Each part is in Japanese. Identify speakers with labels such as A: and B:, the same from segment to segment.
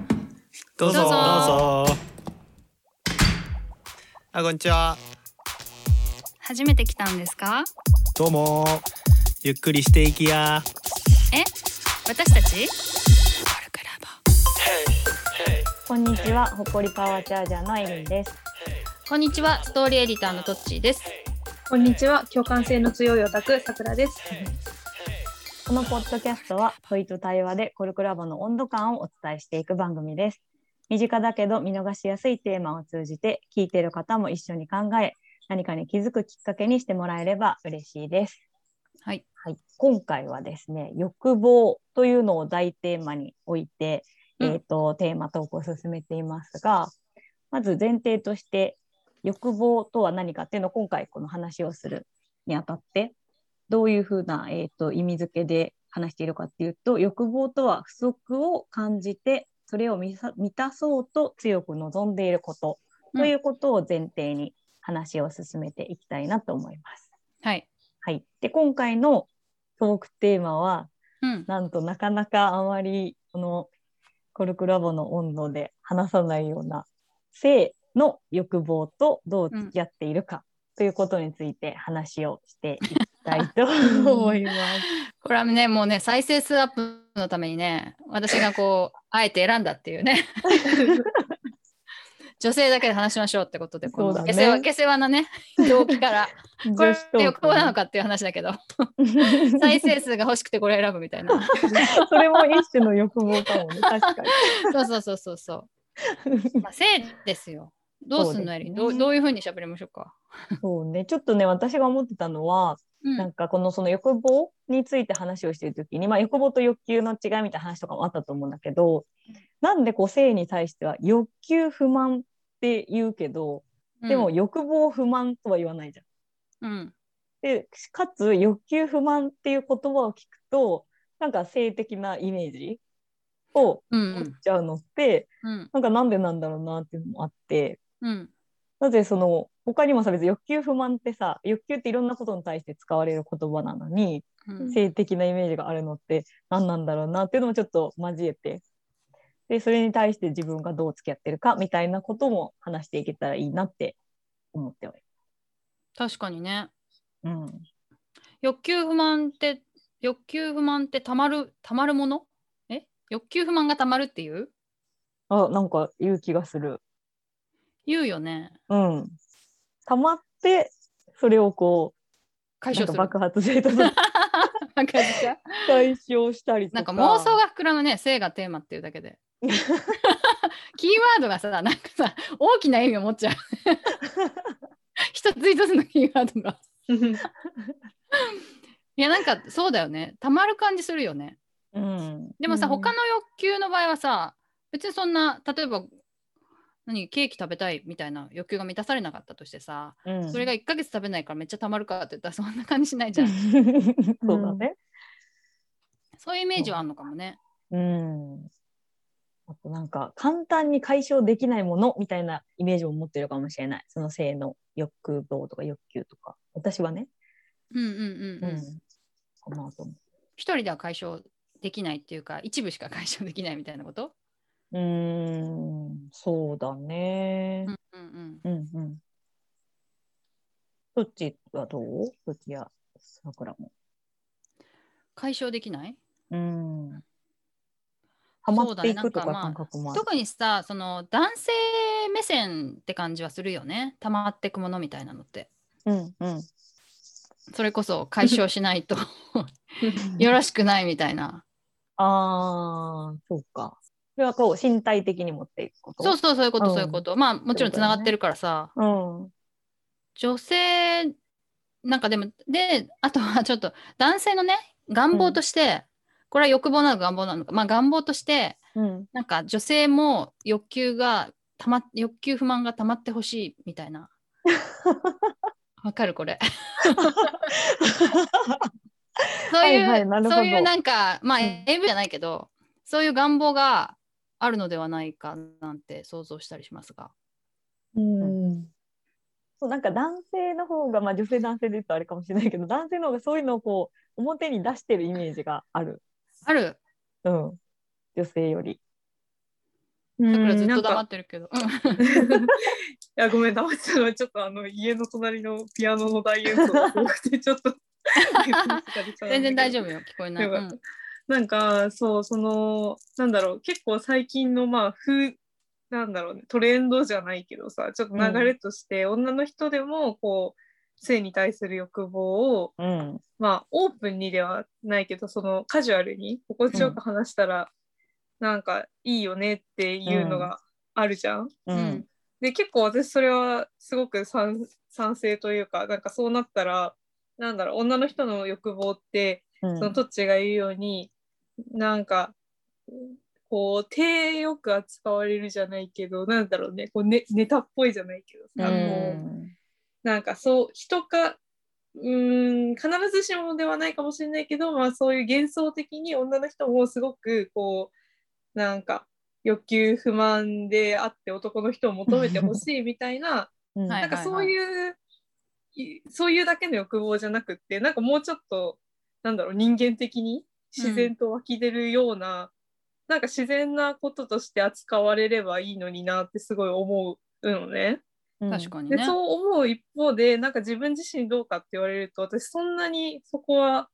A: どうぞ
B: どう
A: ど
B: ぞ
A: うぞあこんにちは
B: 初めて来たんですか
A: どうもゆっくりしていきや
B: え私たち
C: こんにちは、ほっこりパワーチャージャーのエリンです。
B: こんにちはストーリーエディターのトッチーです
D: こんにちは。共感性の強いオタク、さく らです。
C: このポッドキャストは問いと対話でコルクラボの温度感をお伝えしていく番組です。身近だけど見逃しやすいテーマを通じて聞いている方も一緒に考え何かに気づくきっかけにしてもらえれば嬉しいです。
B: はい、
C: はい、今回はですね欲望というのを大テーマに置いて、
D: うん
C: えー、とテーマトークを進めていますがまず前提として欲望とは何かっていうのを今回この話をするにあたってどういうふうな、えー、と意味付けで話しているかっていうと欲望とは不足を感じてそれを満た満たそうと強く望んでいること、
B: うん
C: ということを前提に話を進めていきたいなと思います。
B: はい
C: はい、で今回のトークテーマは
B: うん
C: なんとなかなかあまりこのコルクラボの温度で話さないような性の欲望とどう付き合っているか、ということについて話をしていきたい と思います。
B: これはねもうね再生数アップのためにね私がこう あえて選んだっていう ね女性だけで話しましょうってことでこの
C: そうだね
B: 下世話、下世話な ね動機から これって欲望なの
C: か
B: かっていう話だけ ど 再生数が欲しくてこれ選ぶみたい な
C: それも一種の欲望かもね確か
B: そうそうそうそうそう
C: に。
B: まあ、性ですよ。どうすんの
C: そう
B: エ
C: ですね
B: リンどうどういうふうに喋りましょうか。
C: そうねちょっとね私が思ってたのは
B: うん
C: なんかこのその欲望について話をしている時に、まあ、欲望と欲求の違いみたいな話とかもあったと思うんだけどなんでこう性に対しては欲求不満って言うけどでも、欲望不満とは言わないじゃん。
B: うんうん
C: でかつ欲求不満っていう言葉を聞くとなんか性的なイメージを
B: う
C: 持っ
B: ん
C: ちゃうのって、
B: うん
C: なんかなんでなんだろうなっていうのもあって
B: うん
C: なぜその他にもさ別に欲求不満ってさ欲求っていろんなことに対して使われる言葉なのに。
B: うん
C: 性的なイメージがあるのって何なんだろうなっていうのもちょっと交えてでそれに対して自分がどう付き合ってるかみたいなことも話していけたらいいなって思っており
B: 確かにね
C: ます。
B: 欲求不満って欲求不満ってたまるたまるものえ欲求不満がたまるっていう
C: うん、あなんか言う気がする。
B: 言うよね
C: うん、溜まってそれをこう
B: 解
C: な
B: 消
C: んか
B: する。
C: 爆発で
B: なんか私は
C: 解消したりとか。
B: なんか妄想が膨らむね性がテーマっていうだ けで。キーワードがさなんかさ大きな意味を持っ ちゃう。一つ一つのキーワードが。いやなんかそうだよねたまる感じするよね。
C: うん、
B: でもさ、
C: うん
B: 他の欲求の場合はさ別にそんな例えば何ケーキ食べたいみたいな欲求が満たされなかったとしてさ、
C: うん
B: それが1ヶ月食べないからめっちゃたまるかって言ったら そんな感じしないじゃん
C: そうだね。
B: そういうイメージはあるのかもね
C: うん。あとなんか簡単に解消できないものみたいなイメージを持ってるかもしれない。その性の欲望とか欲求とか。私はね。
B: うんうんうんうん、
C: かなと思
B: 一人では解消できないっていうか一部しか解消できないみたいなこと
C: う。うん、そうだね
B: う。んうんうん
C: うんうん。そっちはどうそっちや桜も。
B: 解消できない
C: うん。ハマっていくとか感覚もある。
B: 特にさその男性目線って感じはするよねたまってくものみたいなのって
C: うんうん。
B: それこそ解消しないと よろしくないみたいな
C: ああ、そうか。それはこう身体的に持っていくこと。
B: そうそうそういうこと、
C: うん
B: そういうことまあもちろんつながってるからさ、
C: うん。
B: 女性なんかでもであとはちょっと男性のね願望として、これは欲望なのか願望なのかまあ願望として
C: うん、
B: なんか女性も欲求がたま欲求不満がたまってほしいみたいなわかる これそういう、
C: はいはいなるほど
B: そういうなんかまあ
C: うん
B: AV じゃないけど、そういう願望があるのではないかなんて想像したりしますが
D: うん。
C: そうなんか男性の方が、まあ、女性男性で言うとあれかもしれないけど男性の方がそういうのをこう表に出してるイメージがある、
B: ある
C: うん、女性より。
B: だからずっ
D: な
B: と
D: ん
B: 黙
D: か
B: ってるけど。うん
D: いやごめん黙ってたのはちょっとあの家の隣のピアノの大演奏がすごくてちょっ と
B: 全然大丈
D: 夫
B: 夫よ、聞こえない。
D: よ
B: う
D: かった
B: ん
D: なんかそうそのなんだろう結構最近のまあ風なんだろうねトレンドじゃないけどさちょっと流れとして、女の人でもこう性に対する欲望を
C: うん。
D: まあオープンにではないけどそのカジュアルに心地よく話したら、なんかいいよねっていうのがあるじゃん
C: う
B: うんん。
D: で結構私それはすごく賛賛成というかなんかそうなったらなんだろう女の人の欲望って
C: うん
D: そのトッチが言うように、なんかこう手よく扱われるじゃないけどなんだろうねこうねネタっぽいじゃないけど
C: う。
D: さ、もうんなんかそう人かうーん必ずしもではないかもしれないけど、まあ、そういう幻想的に女の人もすごくこうなんか欲求不満であって男の人を求めてほしいみたいな
C: うん
B: はい
D: なんかそういう、いそういうだけの欲望じゃなくってなんかもうちょっとなんだろう人間的に自然と湧き出るような、なんか自然なこととして扱われればいいのになってすごい思うのね。
B: 確かに
D: で
B: ね。
D: そう思う一方でなんか自分自身どうかって言われると私そんなにそこは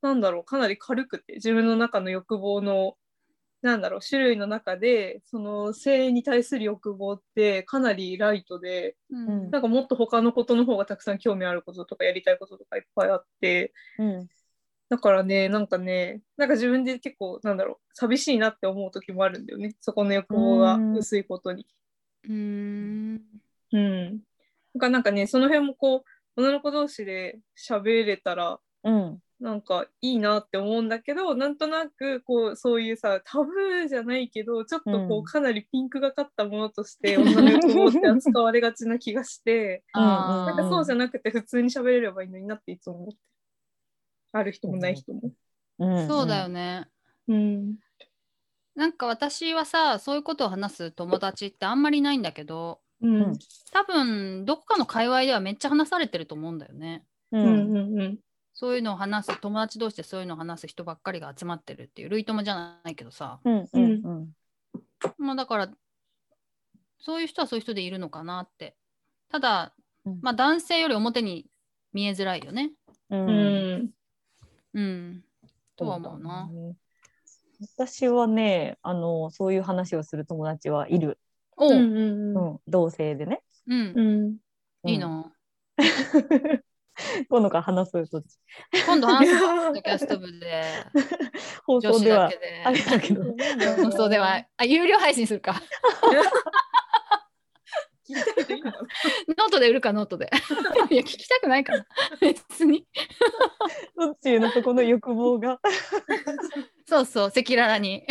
D: なんだろうかなり軽くて自分の中の欲望のなんだろう種類の中でその性に対する欲望ってかなりライトで
B: うん
D: なんかもっと他のことの方がたくさん興味あることとかやりたいこととかいっぱいあって
C: うん。
D: だからねなんかねなんか自分で結構なんだろう寂しいなって思う時もあるんだよねそこの欲望が薄いことに。
B: うん
D: うん。なんかなんかね、その辺もこう、女の子同士で喋れたら、
C: うん。
D: なんかいいなって思うんだけど、なんとなく、こう、そういうさ、タブーじゃないけど、ちょっとこう、
C: うん
D: かなりピンクがかったものとして、女の欲望って扱われがちな気がして、
B: あ
D: なん
B: ー
D: かそうじゃなくて、普通に喋れればいいのになっていつも思ってる。ある人もない人も。
C: うん。
B: そうだよね。
D: うん。
B: なんか私はさ、そういうことを話す友達ってあんまりいないんだけど、
D: うん。
B: 多分どこかの界隈ではめっちゃ話されてると思うんだよね。
C: う。
D: うんん。う
C: うん。
D: ん。うん。
B: そういうのを話す友達同士でそういうのを話す人ばっかりが集まってるっていう類友じゃないけどさ、
C: うん。うん。
B: まあ、だからそういう人はそういう人でいるのかなってただ、
C: うん
B: まあ、男性より表に見えづらいよね
C: うん。
D: うん。
B: うんとは思うな
C: うん。私はね、あの、そういう話をする友達はいる。
B: おう、
D: うんん。
C: うん。同性でね。
B: うん
D: うん。
B: いいな
C: 今度から話すと
B: 今度話す
D: いや
B: ポッドキャスト部で
C: 放
B: 女
C: 送
B: 子
C: で
B: だ
C: は
B: け
C: あ
B: で
C: れだけど。
B: 放送ではあ有料配信するか
D: 聞いてみていいのかな
B: ノートで売るかノートで いや聞きたくないかな別に
C: どっちのそこの欲望が。
B: そうそう赤裸々に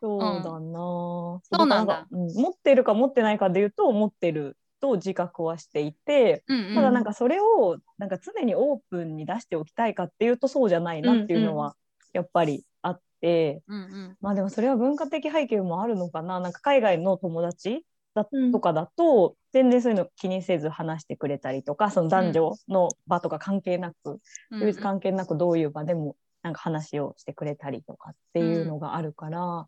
C: そうだな、
B: んそうなんだ
C: かうん持ってるか持ってないかで言うと持ってると自覚はしていて、
B: うんうん
C: ただなんかそれをなんか常にオープンに出しておきたいかっていうとそうじゃないなっていうの
D: うん
C: はやっぱりあって、
B: うんうん
C: まあでもそれは文化的背景もあるのかななんか海外の友達だ
D: うん
C: とかだと全然そういうの気にせず話してくれたりとかその男女の場とか関係なく、
B: うん
C: 別に関係なくどういう場でもなんか話をしてくれたりとかっていうのがあるから、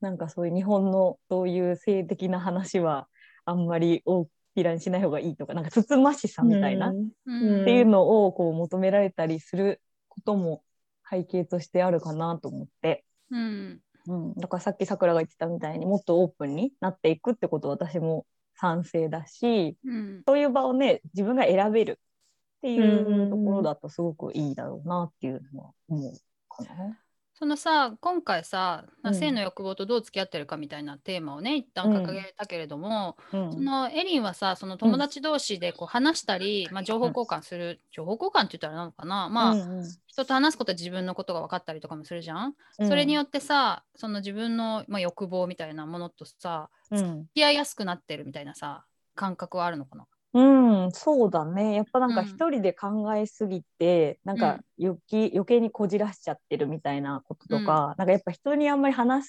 C: なんかそういう日本のそういう性的な話はあんまり大っぴらにしない方がいいとかなんかつつましさみたいな、
D: う
C: っ
D: ん
B: うん
C: ていうのをこう求められたりすることも背景としてあるかなと思って、
B: うん
C: うん、だからさっきさくらが言ってたみたいにもっとオープンになっていくってことは私も賛成だし
B: うん
C: そういう場をね自分が選べるっていうところだとすごくいいだろうなっていうのは思うかな。
B: そのさ今回さ、
C: うん
B: 性の欲望とどう付き合ってるかみたいなテーマをね一旦掲げたけれども、
C: うん
B: そのエリンはさその友達同士でこう話したり、まあ、情報交換する、情報交換って言ったらなのかなまあ、
C: うんうん
B: 人と話すことで自分のことが分かったりとかもするじゃん、それによってさその自分の、まあ、欲望みたいなものとさ
C: うん、
B: 付き合いやすくなってるみたいなさ感覚はあるのかな
C: うんそうだねやっぱなんか
B: うん
C: 一人で考えすぎて、なんか余計余計にこじらしちゃってるみたいなこととか、なんかやっぱ人にあんまり話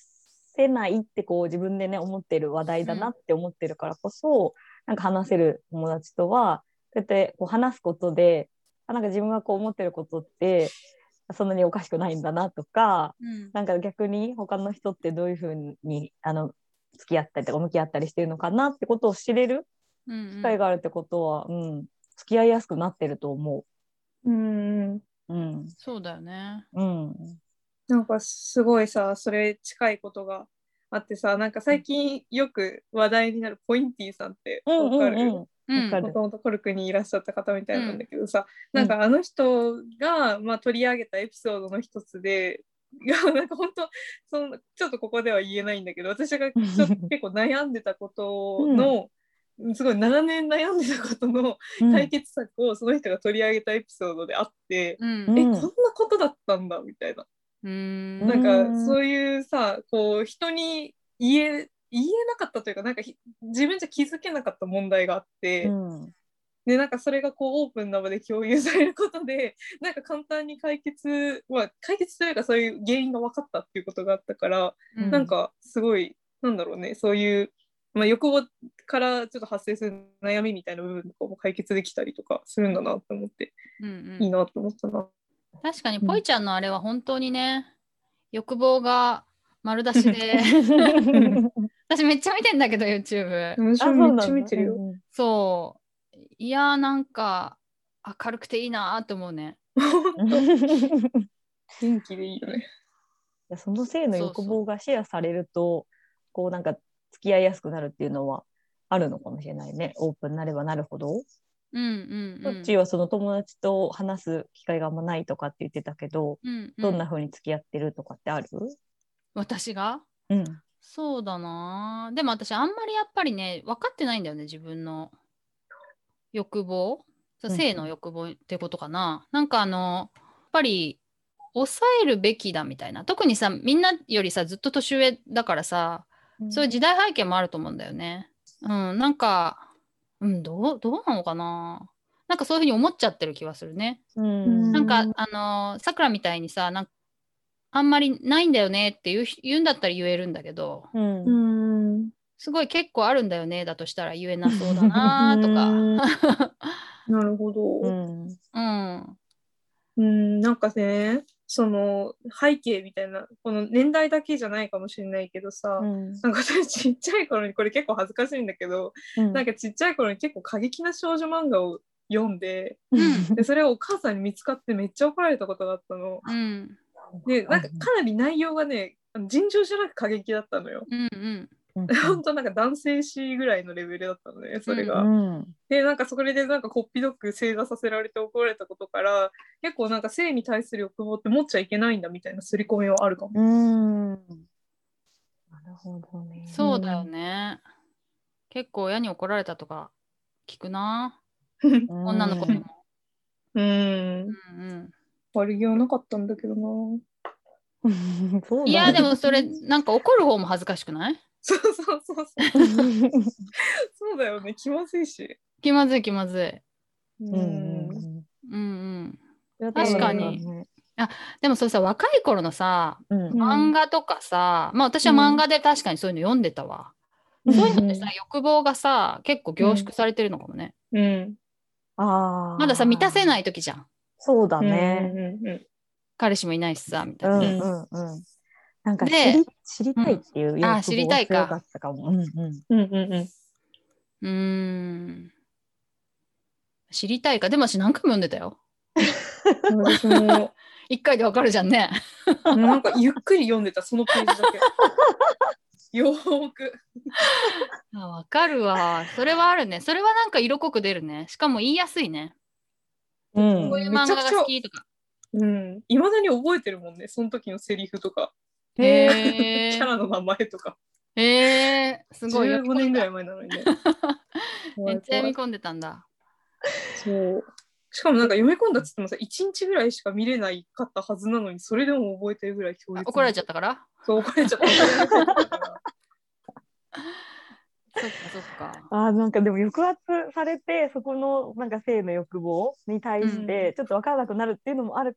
C: せないってこう自分でね思ってる話題だなって思ってるからこそ、なんか話せる友達とはそうやってこう話すことであなんか自分がこう思ってることってそんなにおかしくないんだなとか
B: うん
C: なんか逆に他の人ってどういうふうにあの付き合ったりとか向き合ったりしてるのかなってことを知れる
B: うん
C: 機会があるってことは、うん付き合いやすくなってると思
D: うん
C: う。うん
B: そうだよね。
C: うん
D: なんかすごいさそれ近いことがあってさなんか最近よく話題になるポインティさんって
C: うん
D: わ
C: う
D: か
C: ん
D: る、
C: うん
B: うん
C: わかる
D: もともとコルクにいらっしゃった方みたいなんだけどさ、
C: うん
D: なんかあの人が、まあ、取り上げたエピソードの一つで。 いやなんか本当そのちょっとここでは言えないんだけど私がちょっ と結構悩んでたことの、すごい長年悩んでたことの
C: うん
D: 解決策をその人が取り上げたエピソードであって、
B: うん
C: うん
D: えこんなことだったんだみたいな、
B: うん
C: う
D: なんかそういうさこう人に言え言えなかったというかなんかひ自分じゃ気づけなかった問題があって、
C: うん
D: でなんかそれがこうオープンな場で共有されることで なんか簡単に解決、まあ、解決というかそういう原因が分かったっていうことがあったから、
B: うん
D: なんかすごいなんだろうねそういう、まあ、欲望からちょっと発生する悩みみたいな部分とかも解決できたりとかするんだなと思って、
B: うん
D: いい
B: うん
D: なと思ったな。
B: 確かに
C: うん
B: ぽいちゃんのあれは本当にね、欲望が丸出しで 私めっちゃ見てんだけど YouTube、
D: 私
C: あそ
D: も
C: うなん
D: めっ
C: だ
D: ちゃ見てるよ。
B: そういやーなんか明るくていいなーと思うね
C: うん
D: 元気でいいよね。
C: いやその性の欲望がシェアされるとこうなんか付き合いやすくなるっていうのはあるのかもしれないねオープンになればなるほど。
B: うんうん
C: ど
B: うん
C: っちはその友達と話す機会があんまないとかって言ってたけど、
B: うんうん
C: どんな風に付き合ってるとかってある？
B: 私が
C: うん。
B: そうだなーでも私あんまりやっぱりね分かってないんだよね自分の欲望そう
C: うん
B: 性の欲望ってことかな、なんかあのやっぱり抑えるべきだみたいな特にさみんなよりさずっと年上だからさそういう時代背景もあると思うんだよねうんなんかうんどうどうなのかななんかそういうふうに思っちゃってる気はするね
C: うん。
B: なんか
D: うん
B: あのさくらみたいにさなんかあんまりないんだよねっていうひ言うんだったら言えるんだけど
C: うん。
D: ん。
B: すごい結構あるんだよねだとしたら言えなそうだなとか。
D: なるほど。
C: うん。
B: うん。
D: うん、なんかね、その背景みたいな、この年代だけじゃないかもしれないけどさ、
C: うん
D: なんか私ちっちゃい頃に、これ結構恥ずかしいんだけど、
C: うん
D: なんかちっちゃい頃に結構過激な少女漫画を読んで、
B: うん
D: でそれをお母さんに見つかってめっちゃ怒られたことがあったの。
B: うん。
D: で、なんかかなり内容がね、あの尋常じゃなく過激だったのよ。
B: うん。うん。
C: うん
D: 本当なんか男性誌ぐらいのレベルだったのね、それ
C: う
D: が。
C: ん。
D: でなんかそれでなんかこっぴどく正座させられて怒られたことから結構なんか性に対する欲望って持っちゃいけないんだみたいな刷り込みはあるかも。
C: うん。なるほどね。
B: そうだよね。結構親に怒られたとか聞くな。
C: うん。
B: 女の子にも。
D: う
B: う
D: ん
B: んうん
D: 悪気はなかったんだけどな。
C: そうなんだ。
B: いやでもそれなんか怒る方も恥ずかしくない
D: そうそうそうそうそうだよね気まずいし。
B: 気まずい気まずい。
D: う
C: うんうんうん。
B: うんうん。
D: 確かに
B: でもそれさ若い頃のさ
C: うん。
B: 漫画とかさ、まあ私は漫画で確かにそういうの読んでたわ。
C: うん
B: そういうのってさ欲望がさ結構凝縮されてるのかもね。
D: うん。
C: ああ。
B: まださ満たせ
C: い。
B: ない時じゃん。
C: そうだ
D: うん
C: ね。
D: うんうん
B: 彼氏もいないしさみた
C: う
B: いな。
C: ん
D: ん
C: うんうん。なんか知
B: で
C: り知りたいっていう欲望
B: あ
C: が
B: 知りたいか
C: 強かったかも。うんうん。
D: うんうんうん。
B: うーん知りたいかでも私何回も読んでたよ。
D: 私も
B: 一回でわかるじゃんね。
D: なんかゆっくり読んでたそのページだけ。よーく。
B: あわかるわ。それはあるね。それはなんか色濃く出るね。しかも言いやすいね。
C: うん
B: こういう漫画が好きとか。
D: うん。いまだに覚えてるもんねその時のセリフとか
C: へえ。
B: へ
D: キャラの名前とか。
B: え。へーすごい。
D: 15年ぐらい
B: い。
D: 前なのにね。
B: めっちゃ読み込んでたんだ。
D: そう。しかもなんか読み込んだっつってもさ、1日ぐらいしか見れないかったはずなのに、それでも覚えてるぐらい強
B: あ
D: 烈。
B: 怒られちゃ
D: っ
B: ったから。
D: た。そう、怒られち ゃった。
B: そっかそっか。
C: あーなんかでも抑圧されてそこのなんか性の欲望に対してちょっと分からなくなるっていうのもある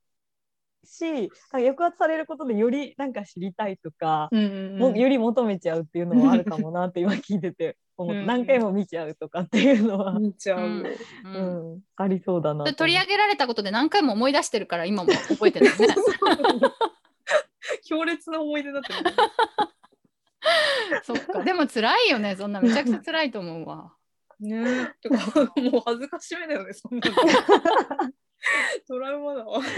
C: しなんか抑圧されることでよりなんか知りたいとか、
D: うんうん
C: も
D: う
C: うんより求めちゃうっていうのもあるかもなって今聞いてて思った、
D: うん
C: 何回も見ちゃうとかっていうのは、
D: 見ちゃう。
B: うんう
C: うんんありそうだ
B: そ
C: な
B: れ
C: と
B: 取
C: 思
B: り
C: っ
B: 上げられたことで何回も思い出してるから今も覚えてるね。
D: 強烈な思い出だったね。
B: そっかでも辛いよねそんなめちゃくちゃ辛いと思う わ。
D: ね え。てか、もう恥ずかしめだよね、そんなの。 トラウマだわ。
C: て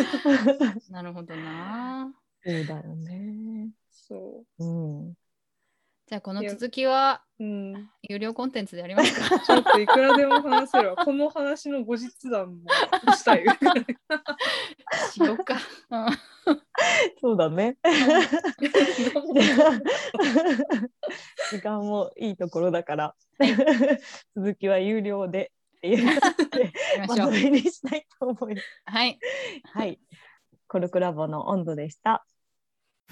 B: なるほどな。
C: そうだよね。
D: そ
C: うん。
B: じゃあこの続きは
D: う。うん。
B: 有料コンテンツでやります か。
D: ちょっといくらでも話せるわ。この話の後日談もしたい。
B: しようか。うん
C: そうだね。 時間もいいところだから、 続きは有料でっていう、
B: やりま
C: まあ、
B: しょ。
C: そうれにしたいと思います。
B: はい。
C: はい。コルクラボの温度でした。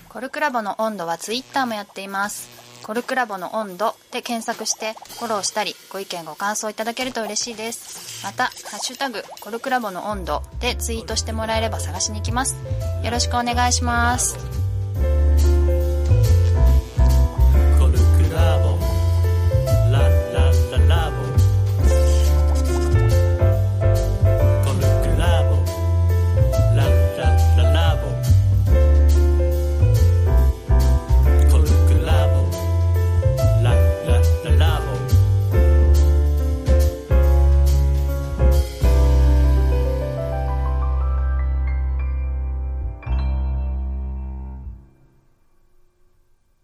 E: コルクラボの温度はツイッターもやっています。コルクラボの温度で検索してフォローしたりご意見ご感想いただけると嬉しいです。また、ハッシュタグコルクラボの温度でツイートしてもらえれば探しに行きます。よろしくお願いします。